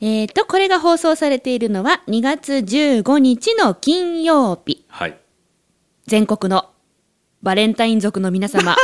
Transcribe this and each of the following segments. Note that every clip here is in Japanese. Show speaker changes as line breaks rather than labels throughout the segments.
えっ、と、これが放送されているのは2月15日の金曜日。
はい。
全国のバレンタイン族の皆 様、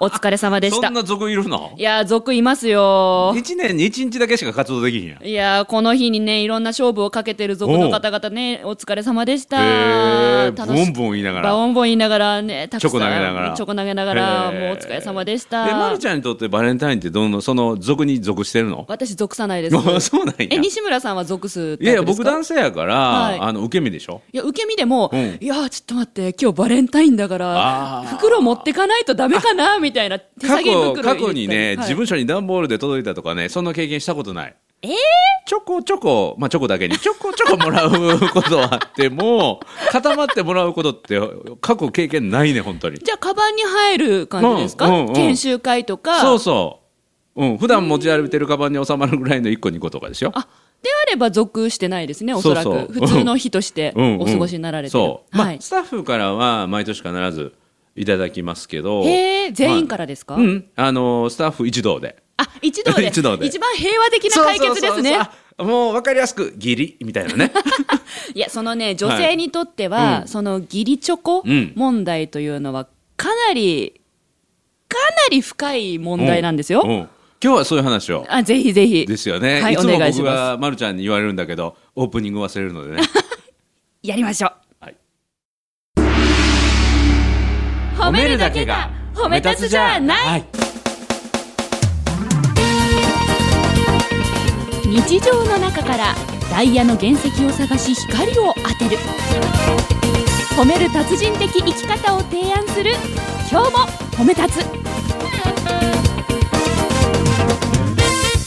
お疲れ様でし
そ
た
ん。な族いるの
いやー、族いますよー。
一年に一日だけしか活動できひんやん。
いやー、この日にね、いろんな勝負をかけてる族の方々ね、お疲れ様でした。
へーボンボン言いながら
バボンボン言いながらね、たくさん
チョコ投げながら
チョコ投げながら、
へー
もうお疲れ様でし
で、ま
た
る。ちゃんにとってバレンタインってどの、その族に属してるの
私、属さないです。
あ そうなんや。
え、西村さんは属すタイプです
い
か
やいや、僕男性やから、
はい
あの、受け身でしょ
いや、受け身でも、
うん
いや、ちょっと待って、今日バレンタインだから
あ、ー
袋持ってかないとダメかな、みたいな、手
過
提げ袋
去、
入れた
過
り
去にね、
はい
事務所に段ボールで届いたとかね、そんな経験したことない。
えー
ちょこちょこ、まあ、チョコだけに、ちょこちょこもらうことはあっても、固まってもらうことって、過去経験ないね、本当に。
じゃあ、カバンに入る感じですか、
うんうんうん
研修会とか。
そうそう。うん、普段持ち歩いてるカバンに収まるぐらいの1個2個とかでしょ。
あ、であれば属してないですね、おそらく。
そうそう
普通の日として
うんうん
お過ごしになられてる。
そう。まあ
はい。
スタッフからは毎年必ずいただきますけど。
へえ、全員からですか、
うん。あの、スタッフ一同で。
あ、一度で。
一同で
一番平和的な解決ですね。
そうそうそうそうもう分かりやすく、ギリみたいなね。
いや、そのね、女性にとっては、
うん
その義理チョコ
うん
問題というのは、かなり、かなり深い 問題なんですよ。
うんうん今日はそういう話を。
あ、ぜひぜひ。
ですよね。
はい
い、つも
お願いし
僕
ま
がまるちゃんに言われるんだけど、オープニング忘れる のでね。
やりましょう。
はい
褒めるだけが褒め立つじゃない
はい。
日常の中からダイヤの原石を探し光を当てる褒める達人的生き方を提案する今日も褒め立つ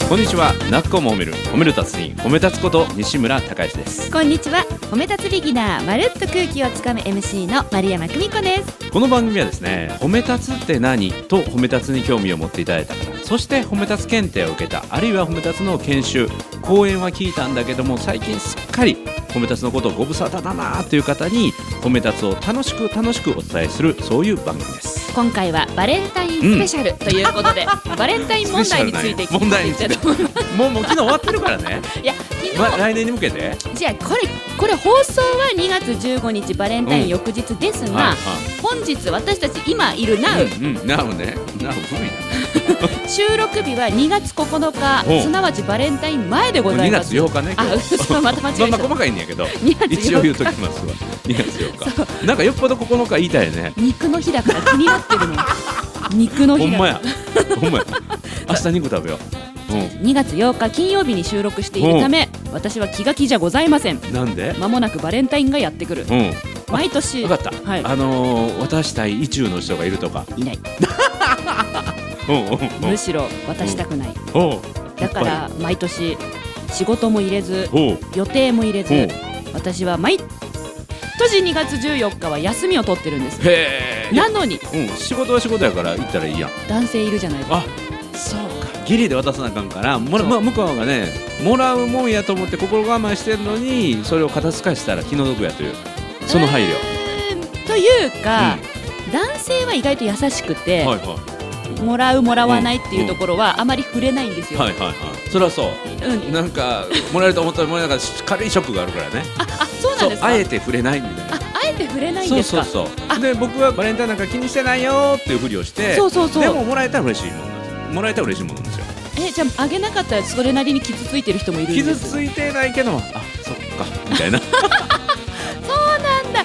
こんにちは。なっこも褒める、褒める達人、褒め立つこと西村孝之です。
こんにちは褒め立つビギナーまるっと空気をつかむ MC の丸山久美子です
この番組はですね褒め立つって何と褒め立つに興味を持っていただいた方そして褒め立つ検定を受けたあるいは褒め立つの研修講演は聞いたんだけども最近すっかり褒め立つのことをご無沙汰だなという方に褒め立つを楽しく楽しくお伝えするそういう番組です
今回はバレンタインスペシャルということで、バレンタイン問題について
スペシャルなんや
聞いていきたいと思いま
もうもう昨日終わってるか らね、
すいや昨日、
まあ、来年に向けて
じゃあこれこれ放送は2月15日バレンタイン翌日ですが、
はい
本日私たち今いるなう、
うんうんなおねなお古いな
収録日は2月9
お
日
う
すなわちバレンタイン前でござ
2
いま
月
す
8日ね今
あ
日
嘘また間違えちゃ
そ
っ
ん
た
な細かいんやけど
2月8日
一応言うときますわ2月8日なんかよっぽど9日言いたいね
肉の日だから気になってる の肉の
ほ
日
ん
だ
まや。ほんまや。明日肉食べよう。
2月8日金曜日に収録しているため私は気が気じゃございません
うん。なんで？
間もなくバレンタインがやってくる
うん。
毎年
わかった。
はい
あのー渡したい意中の人がいるとか。
いない
うんうんうん。
むしろ渡したくない
おう
だか。ら毎年仕事も入れず
おう
予定も入れ
おう。
ず私は毎年2月14日は休みを取ってるんです
へえ。
なのに
うん。仕事は仕事やから行ったらいいやん。
男性いるじゃないですか
あ、そうか。ギリで渡さなあかんから、もらまあ向こうがね、もらうもんやと思って心構えしてるのに、それを肩透かしたら気の毒やというその配慮。
えーというか、男性は意外と優しくて、
はいは
もらうもらわないっていうところはあまり触れないんです
い
よ、
はいはいはい。それはそう。
うん、
なんかもらえると思ったらもらえなかった軽いショックがあるからね。
ああそうなん
そう
ですか
あえて触れないみたいな
ああえて触れないん
そう
です
そう
か
そう
あ
で僕はバレンタインなんか気にしてないよーっていうふりをして
そうそうそう
でももらえたら嬉しいもんなんですもらえたら嬉しいもんなんですよ
えじゃああげなかったらそれなりに傷ついてる人もいるんです
傷ついてないけどもあそっか みたいな
そうなんだ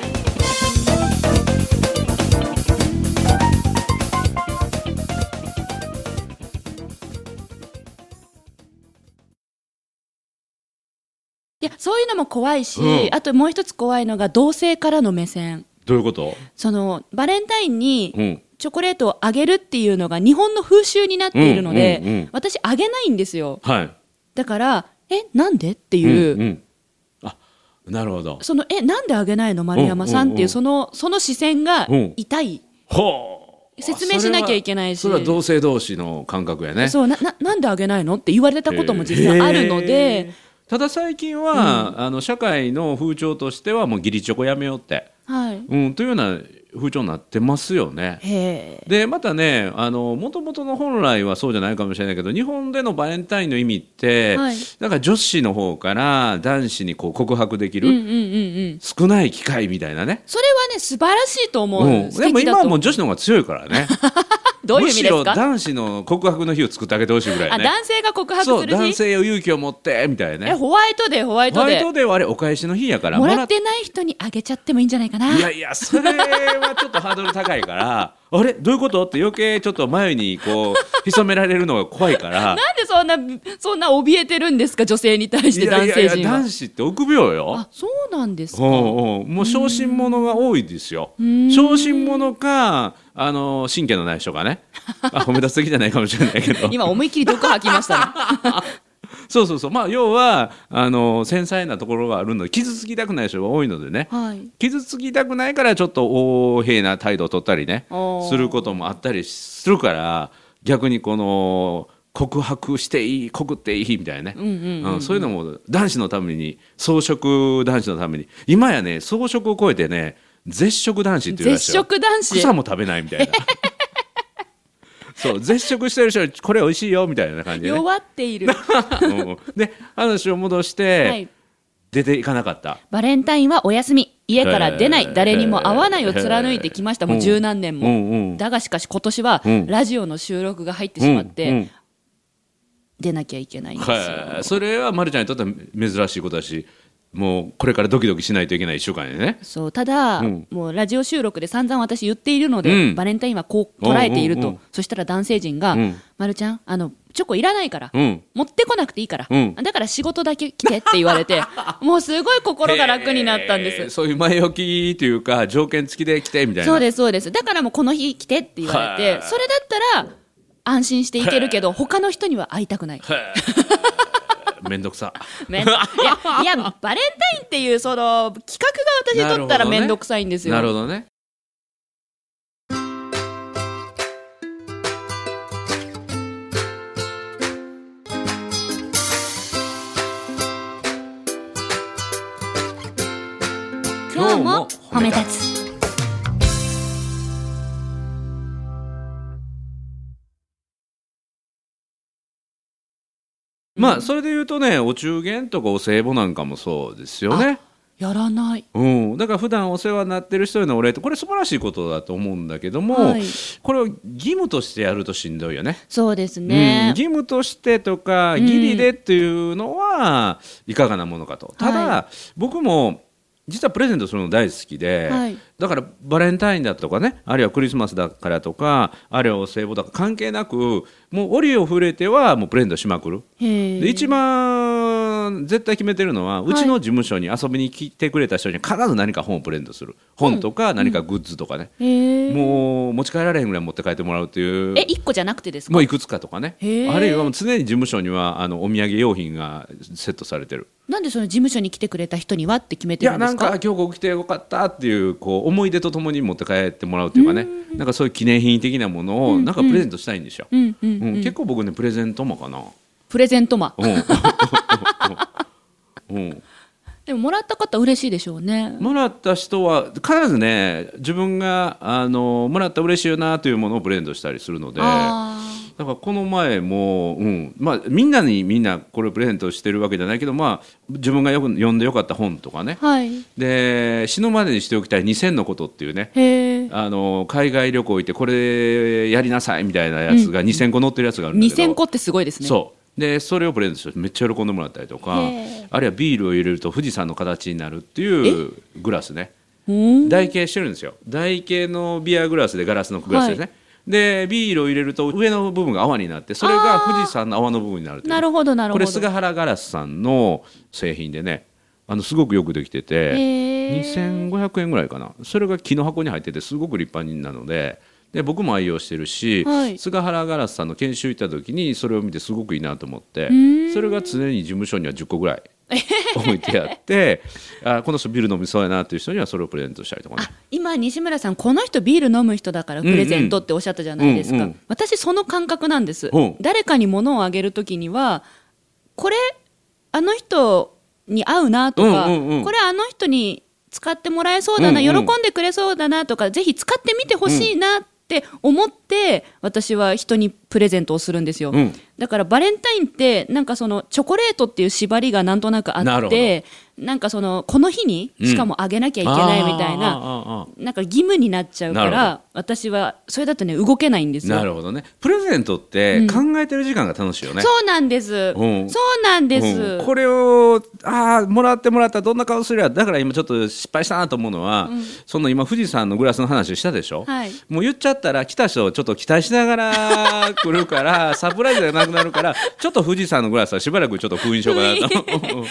いやそういうのも怖いし、
うん
あともう一つ怖いのが同性からの目線
どういうこと
そのバレンタイン
う
に
ん
チョコレートをあげるっていうのが日本の風習になっているので、
うんうんうん
私あげないんですよ
はい
だからえなんでって
うん
いう、
うんあなるほど
そのえなんであげないの丸山さんって
うんう
い
ん
ううんそのその視線が
うん
痛い、
ほう
説明しなきゃいけないし
それはそれは同性同士の感覚やね
そうなななんであげないのって言われたことも実際あるの
へ
で
ー、ただ最近は、あの社会の風潮としてはもう義理チョコやめようって
はい、
うん、というような風潮になってますよね。
へえ。
でまたねもともとの本来はそうじゃないかもしれないけど日本でのバレンタインの意味って、
はい
なんか女子の方から男子にこう告白でき
う
る、
んうんうんうん。
少ない機会みたいなね。
それはね、素晴らしいと思う。
うん、
素
で
敵
も
だ
今
と
はもう女子の方が強いからね
どういう
む
意味
し
で
ろ
すか、
男子の告白の日を作ってあげてほしいぐら
あ、
いね
男性が告白
そう
する
男
日
性よ勇気を持ってみたいな
え、
ね
ホワイトデー、ホワイ
ホ
ト
ワイ
デ
ト
ー。
デーはあれお返しの日やから
もらってない人にあげちゃってもいいんじゃないかな。
いやいやそれはちょっとハードル高いから あれどういうことって余計ちょっと前にこう潜められるのが怖いから
なんでそんな、そんな怯えてるんですか、女性に対して男性陣は。
いやいや男子って臆病よ
あ、そうなんですか。
おうおうもう小心者が多いですよ
ん
小心者かあの神経のない人 がねあ褒め出すぎじゃないかもしれないけど
今思 いっきり毒吐きま したね。
そうそうそうまあ要はあの繊細なところがあるので傷つきたくない人が多いのでね
はい。
傷つきたくないからちょっと横柄な態度を取ったりね
おー
することもあったりするから逆にこの告白していい告っていいみたいなね、
うんうんうん
うんそういうのも男子のために草食男子のために今やね草食を超えてね絶食男子っていうら
絶
しいよ
食男子。
草も食べないみたい なそう絶食してる人これ美味しいよみたいな感じで、ね
弱っている。
うん、で話を戻して、
はい。
出ていかなかった
バレンタインはお休み。家から出な
へ
い。
ー
誰にも会わないを貫いてきました。もう十何年
う
も。
んうん
だがしかし今年は
うん
ラジオの収録が入ってしまっ
うんうん
て出なきゃいけないんですよ。
はい、それはまるちゃんにとっては珍しいことだしもうこれからドキドキしないといけない1週間でね
そうただ、
うん
もうラジオ収録で散々私言っているので、
うん
バレンタインはこう捉えていると、
うんうんうん
そしたら男性陣が「
う
ま
ん
るちゃんあのチョコいらないから、
うん
持ってこなくていいから、
うん
だから仕事だけ来て」って言われ てもうすごい心が楽になったん
へー
です。
そういう前置きというか条件付きで来てみたいな
そうですそうですだからもうこの日来てって言われ
は
て
い
それだったら安心していけるけど他の人には会いたく ない
めんど くさ
めんいやいやバレンタインっていうその企画が私にとったら面倒くさいんですよ
なるほどね
今日も褒め立つ
まあそれで言うとねお中元とかお歳暮なんかもそうですよね
やらない
うん、だから普段お世話になってる人へのお礼ってこれ素晴らしいことだと思うんだけども、
はい
これを義務としてやるとしんどいよね。
そうです
うん
ね。
義務としてとか
うん
義理でっていうのはいかがなものかと、ただ、
は
僕も実はプレゼントするの大好きで、
はい
だからバレンタインだとかねあるいはクリスマスだからとかあるいはお歳暮だから関係なくもう折を触れてはもうプレゼントしまくる。
へ
で一番絶対決めてるのはうちの事務所に遊びに来てくれた人に必ず何か本をプレゼントする本とか何かグッズとかね、
へえ。
もう持ち帰られへんぐらい持って帰ってもらうっていう
え、一個じゃなくてですか。
もういくつかとかね
へー
あるいはもう常に事務所にはあのお土産用品がセットされてる
なんでその事務所に来てくれた人にはって決め
い
てる
や
んで
な
す
んか
か。
今日ここ来てよかったっていうこう思い出とともに持って帰ってもらうっていうかねなんかそういう記念品的なものをなんかプレゼントしたいんですよ、
うんうん
うん結構僕ねプレゼントもかな
プレゼント マン。
うんうん
でももらった方嬉しいでしょうね。
もらった人は必ずね自分があのもらった嬉しいよなというものをプレゼントしたりするのでだ
ああ。
からこの前も、うんまあ、みんなにみんなこれをプレゼントしてるわけじゃないけど、まあ、自分がよく読んでよかった本とかね
はい。
で死ぬまでにしておきたい2000のことっていうね
へえ。
あの海外旅行行ってこれやりなさいみたいなやつが2000個載ってるやつがあるんだ
二
けど、
千個ってすごいですね。
そうでそれをプレゼントしてめっちゃ喜んでもらったりとか
へえ
あるいはビールを入れると富士山の形になるっていうグラスね
う。うん。
台形してるんですよ台形のビアグラスでガラスのグラスですね、でビールを入れると上の部分が泡になってそれが富士山の泡の部分になるという
なるほどなるほ
こ
ど。
れ菅原ガラスさんの製品でねあのすごくよくできてて、
へー
2500円ぐらいかなそれが木の箱に入っててすごく立派なのでで僕も愛用してるし、
はい
菅原ガラスさんの研修行った時にそれを見てすごくいいなと思って
ーん
それが常に事務所には10個ぐ らい置いてあってあこの人ビール飲みそうやなっていう人にはそれをプレゼントしたりとかね
あ。今西村さんこの人ビール飲む人だからプレゼントっておっしゃったじゃないですか、
うんうんうんうん
私その感覚なんです、
うん
誰かに物をあげるときにはこれあの人に合うなとか、
うんうんうん
これあの人に使ってもらえそうだな、
うんうん
喜んでくれそうだなとかぜひ使ってみてほしいなって思って、私は人にプレゼントをするんですよ、
うん
だからバレンタインってなんかそのチョコレートっていう縛りがなんとなくあ
なる
っ
ほ
てなんかそのこの日にしかもあげなきゃいけないみたいな、
あーあーあー
なんか義務になっちゃうか
なるほ
ら私はそれだとね動けないんですよ
なるほどねプレゼントって考えてる時間が楽しいよね、
そうなんです、
うん
そうなんです、
うんこれをああもらってもらったらどんな顔するやだから今ちょっと失敗したなと思うのは、その今富士山のグラスの話したでしょ、
はい
もう言っちゃったら来た人をちょっと期待しな がら来るからサプライズじゃなくなるからちょっと富士山のグラスはしばらくちょっと封印しようかな
今日
と。
褒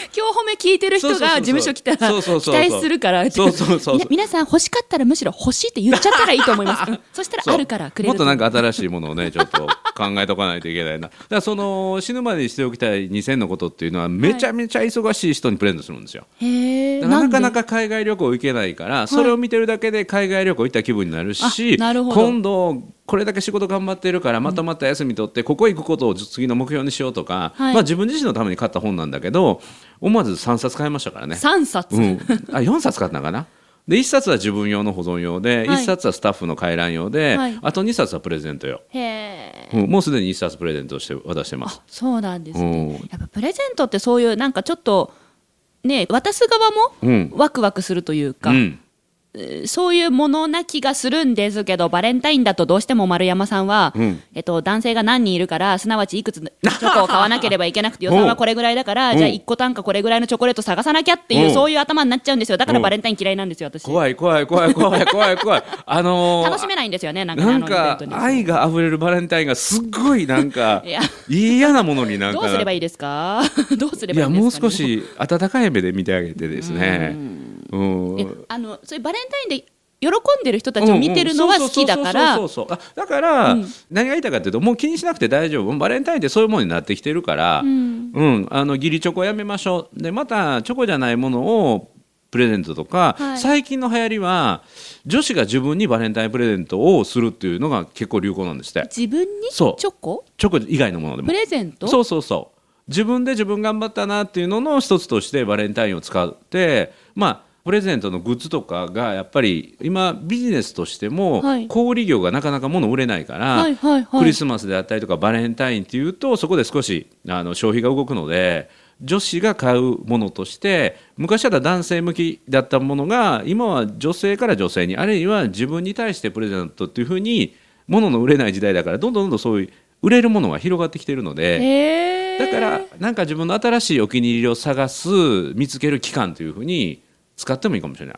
め聞いてる人が事務所来たら
そうそう
期
そうそう
待するから
そうそうそうそう
みな皆さん欲しかったらむしろ欲しいって言っちゃったらいいと思います うんそした
そ
ら
う
あるからくれる
もっとなんか新しいものをねちょっと考えとかないといけないなだからその死ぬまでにしておきたい2000のことっていうのはめちゃめちゃ忙しい人にプレゼントするんですよ、
へー
だからなかな
なんで
か海外旅行行けないからそれを見てるだけで海外旅行行った気分になるし
あなるほど
今度これだけ仕事頑張ってるからまたまた休み取ってここ行くことを次の目標にしようとか、
はい
まあ、自分自身のために買った本なんだけど思わず3冊買いましたからね。
三冊、
うん、あ4冊買ったのかなで1冊は自分用の保存用で、
はい
1冊はスタッフの回覧用で、
はい
あと2冊はプレゼント用、
へえ
うんもうすでに1冊プレゼントして渡してます。
そうなんです
うん
ねやっぱプレゼントってそういうなんかちょっとね渡す側
う
も
ん
ワクワクするというか、
うん
そういうものな気がするんですけど、バレンタインだとどうしても丸山さんは、
うん
えっと、男性が何人いるから、すなわちいくつのチョコを買わなければいけなく て、予算はこれぐらいだから、
うん
じゃあ1個単価これぐらいのチョコレート探さなきゃっていう、
うん
そういう頭になっちゃうんですよ。だから
うん
バレンタイン嫌いなんですよ、私。
怖い怖い怖い怖い怖い怖いあのー
楽しめないんですよね、なんかね、
な
あ
ん
のイベン
か
トに。
愛があふれるバレンタインがすっごいなんか
いや
嫌なものになんか
どうすればいいですか どうすれ
い
ばいい
や
んですか、ね、
もう少し温かい目で見てあげてですねうん
え。あの、そういうバレンタインで喜んでる人たちを見てるのが好きだから、
そうそうそうそうそうそうあだから、何が言いたいかというともう気にしなくて大丈夫バレンタインってそういうものになってきてるから、うんあの義理チョコやめましょうでまたチョコじゃないものをプレゼントとか、
はい
最近の流行りは女子が自分にバレンタインプレゼントをするっていうのが結構流行なんですって
自分にチ
そう
ョコ
チョコ以外のものでも
プ。レゼント
そうそうそう自分で自分頑張ったなっていうのの一つとしてバレンタインを使ってまあプレゼントのグッズとかがやっぱり今ビジネスとしても
はい
小売業がなかなか物売れないから、
はいはいはい
クリスマスであったりとかバレンタインっていうとそこで少しあの消費が動くので女子が買うものとして昔は男性向きだったものが今は女性から女性にあるいは自分に対してプレゼントっていうふうに物の売れない時代だからどんどんどんどんそういう売れるものが広がってきてるので。
へー
だからなんか自分の新しいお気に入りを探す見つける期間というふうに使ってもいいかもしれない。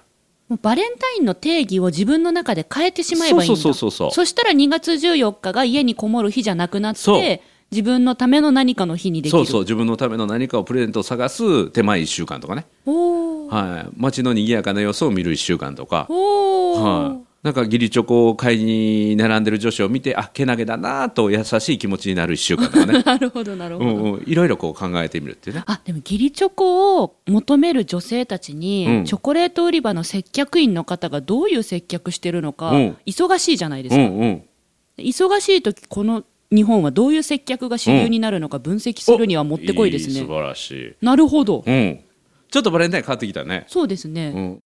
もうバレンタインの定義を自分の中で変えてしまえばいいんだ
そうそうそうそうそう
そしたら2月14日が家にこもる日じゃなくなっ
そう
て自分のための何かの日にできる
そうそう自分のための何かをプレゼントを探す手前1週間とかね、
おー
はい、街の賑やかな様子を見る1週間とか、
おー、
はい、なんか義理チョコを買いに並んでる女子を見てあけなげだなと優しい気持ちになる1週間と かね
なるほどなるほ
う
ど、
ん、うん、いろいろこう考えてみるっていうね。
あでも義理チョコを求める女性たちに、
うん
チョコレート売り場の接客員の方がどういう接客してるのか、
うん
忙しいじゃないです
う
か、
んうん
忙しい時この日本はどういう接客が主流になるのか分析するにはもってこいですね、
お素晴らしい、
なるほど、
うん、ちょっとバレンタイン変わってきたね。
そうですね、
うん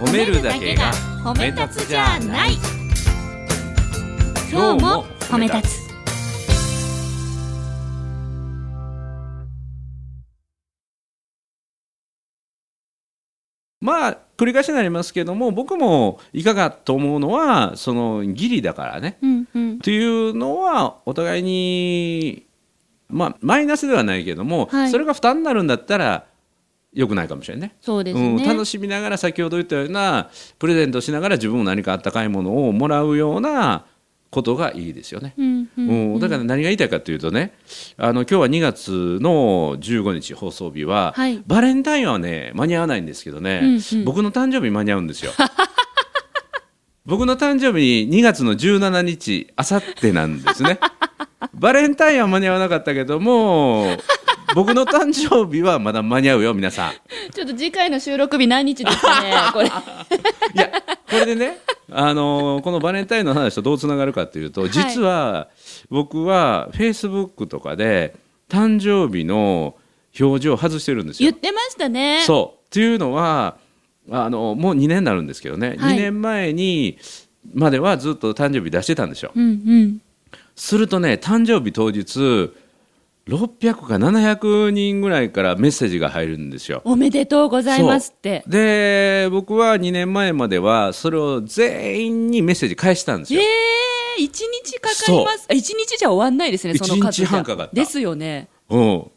褒めるだけが褒め立つじゃない今日も褒め立
つ
まあ繰り返しになりますけども僕もいかがと思うのはその義理だからね
うんうん
っていうのはお互いにまあマイナスではないけども、
はい
それが負担になるんだったら良くないかもしれないね。
そうです
うん、
ね、
楽しみながら先ほど言ったようなプレゼントしながら自分も何かあったかいものをもらうようなことがいいですよね。
うんうん
うん、だから何が言いたいかというとねあの今日は2月の15日放送日は、
はい
バレンタインはね間に合わないんですけどね、
うんうん
僕の誕生日間に合うんですよ。 僕の誕生日2月の17日あさってなんです ね。バレンタインは間に合わなかったけども僕の誕生日はまだ間に合うよ皆さん。
ちょっと次回の収録日何日ですかねこれ
いや、これでね、あのこのバレンタインの話とどうつながるかというと、実は僕はフェイスブックとかで誕生日の表示を外してるんですよ
言っ。てましたね
そうっていうのはあのもう2年になるんですけどね、
はい
2年前にまではずっと誕生日出してたんですよ。
ううんうん
するとね誕生日当日600か700人ぐらいからメッセージが入るんですよ。
おめでとうございますって
で僕は2年前まではそれを全員にメッセージ返したんです
え
よ。
えー、一日かかりますあ一日じゃ終わんないですねその数じゃ
一日半かかった
ですよね
うん、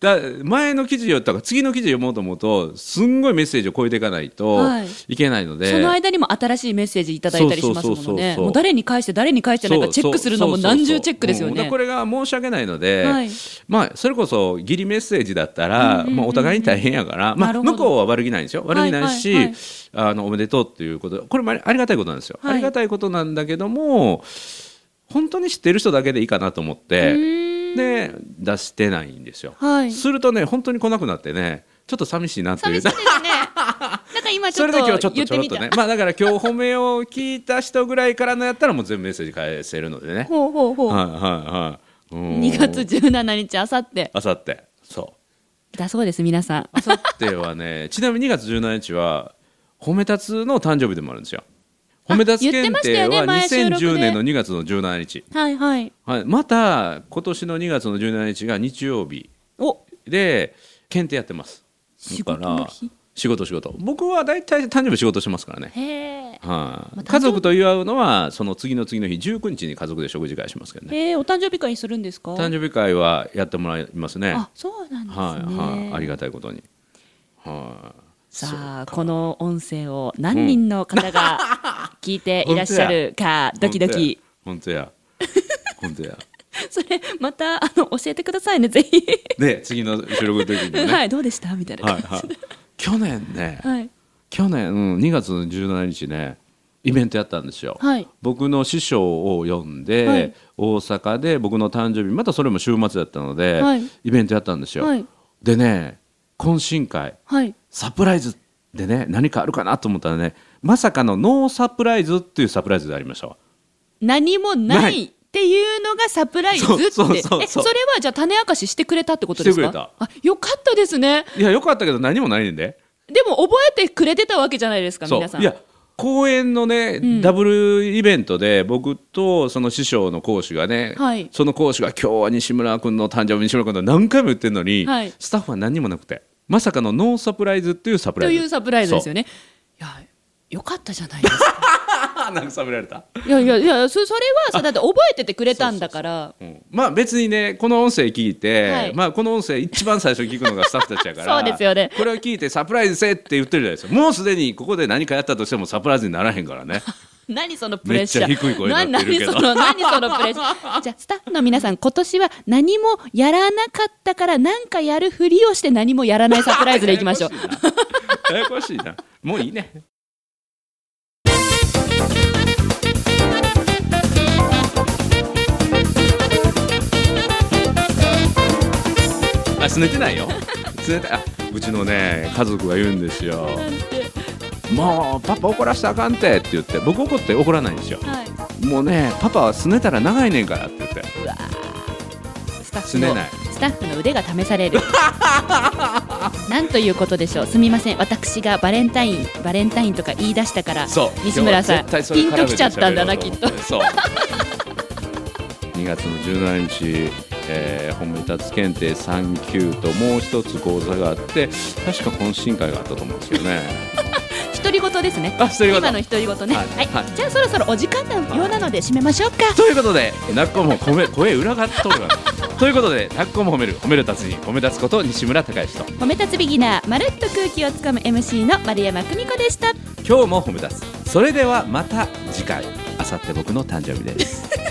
だ前の記事読ったから次の記事読もうと思うとすんごいメッセージを超えていかないと
はい
いけないので、
その間にも新しいメッセージいただいたりしますも
そうそ
ん
うそう
ね。
そう
もう誰に返して誰に返してないかチェックするのも
そうそうそう
何重チェックですよ
うんだ
ね
からこ。れが申し訳ないので、
はい
まあ、それこそ義理メッセージだった
う
ら、
んうんうん
まあ、お互いに大変やから、ま
な
あ、
るほど
向こうは悪気ないんですよ悪気ないし、
はいはい
あのおめでとうっていうことこれもありありがたいことなんですよ、
はい
ありがたいことなんだけども本当に知ってる人だけでいいかなと思っ
う
て、
ーん
で出してないんですよ、
はい。
するとね本当に来なくなってねちょっと寂しいなって
寂しい
い
うですね。なんか今ち
そ
ょ
れで今日
っ
ち
と
ょっと
言っ
ちょ
て
ろっ
み
と
た。
ねまあだから今日褒めを聞いた人ぐらいからのやったらもう全部メッセージ返せるのでね
ほうほうほう。
はいはいはい。うん
2月17日あさって
あさって。そう。
だそうです皆さん。
あさってはね、ちなみに2月17日は、褒め立つの誕生日でもあるんですよ。褒め立つ検定は
あ言ってましたよね前収録で
2010年の2月の17日。
はいはい。
はい、また、今年の2月の17日が日曜日
お
で、検定やってます。
仕事の日
だから仕事仕事。僕は大体誕生日仕事してますからね。
へえ。
はい、
まあ誕生日
家族と祝うのは、その次の次の日、19日に家族で食事会しますけどね。
へえお誕生日会にするんですか。
誕生日会はやってもらいますね。
あそうなんですね。
はいはい、ありがたいことに。は
さあこの音声を何人の方 が聞いていらっしゃるか
い。
ドキドキ。
本当や。本当や。本
それまたあの教えてくださいねぜひ、
当や。で、次の収録の時にね。
はいどうでしたみたいな
は
感
い
じで、
はい。去年ね、
はい
去年、うん、2月の17日ね、イベントやったんですよ。
はい
僕の師匠を呼んで、
はい
大阪で僕の誕生日、またそれも週末だったので、
はい
イベントやったんですよ。
はい
でね、懇親会。
はい
サプライズでね何かあるかなと思ったらねまさかのノーサプライズっていうサプライズでありましたわ
何もない
ない
っていうのがサプライズって
そうそうそう
え
そ
そうれはじゃあ種明かししてくれたってことですか
してくれた
あよかったですね
いやよかったけど何もないねんで
でも覚えてくれてたわけじゃないですか
そ
皆さ
うんいや公演のね、
ん
ダブルイベントで僕とその師匠の講師がね、
はい
その講師が今日は西村君の誕生日西村君の何回も言ってるのに、
はい
スタッフは何にもなくてまさかのノーサプライズっていうサプラ
と
イズ
いうサプライズですよ
ね
ねいやよかったじゃないですか
慰められた
いやいやいやそそれはそうだって覚えててくれたんだから
うんまあ別にねこの音声聞いて、
はい
まあこの音声一番最初に聞くのがスタッフたちやから
そうですよね
これを聞いてサプライズせって言ってるじゃないですかもうすでにここで何かやったとしてもサプライズにならへんからね
何そのプレッシャー
めっちゃ低い声になってるけど
な何 その何そのプレッシャーじゃあスタッフの皆さん今年は何もやらなかったから何かやるふりをして何もやらないサプライズでいきま しょう
ややこしいなややこしいなもういいねあ拗ねてないよ拗ねてあうちのね家族が言うんですよ
なんて
もうパパ怒らしたらあかんてって言って僕怒って怒らないんですよ
はい
もうねパパはすねたら長いねんからって言って
スタッフ
すね
の
ない
スタッフの腕が試さ れるなんということでしょうすみません私がバレンタインバレンタインとか言い出したから
そう
西村さん
今日は絶対それ
ピンときちゃったんだな
絡めて
きっ
喋 ろう思ってそう2月の17日、えー、本部立つ検定3級ともう一つ講座があって確か懇親会があったと思うんですけどね
独り言ですね
あ独り言
今の独り言ね
は
はいい、
はい
じゃあそろそろお時間のようなので締めましょうか
ということでなっこも褒め声裏がっとるわ ということでなっこも褒める褒める達人褒め立つこと西村孝之と
褒め立つビギナーまるっと空気をつかむ MC の丸山久美子でした
今日も褒め立つそれではまた次回あさって僕の誕生日です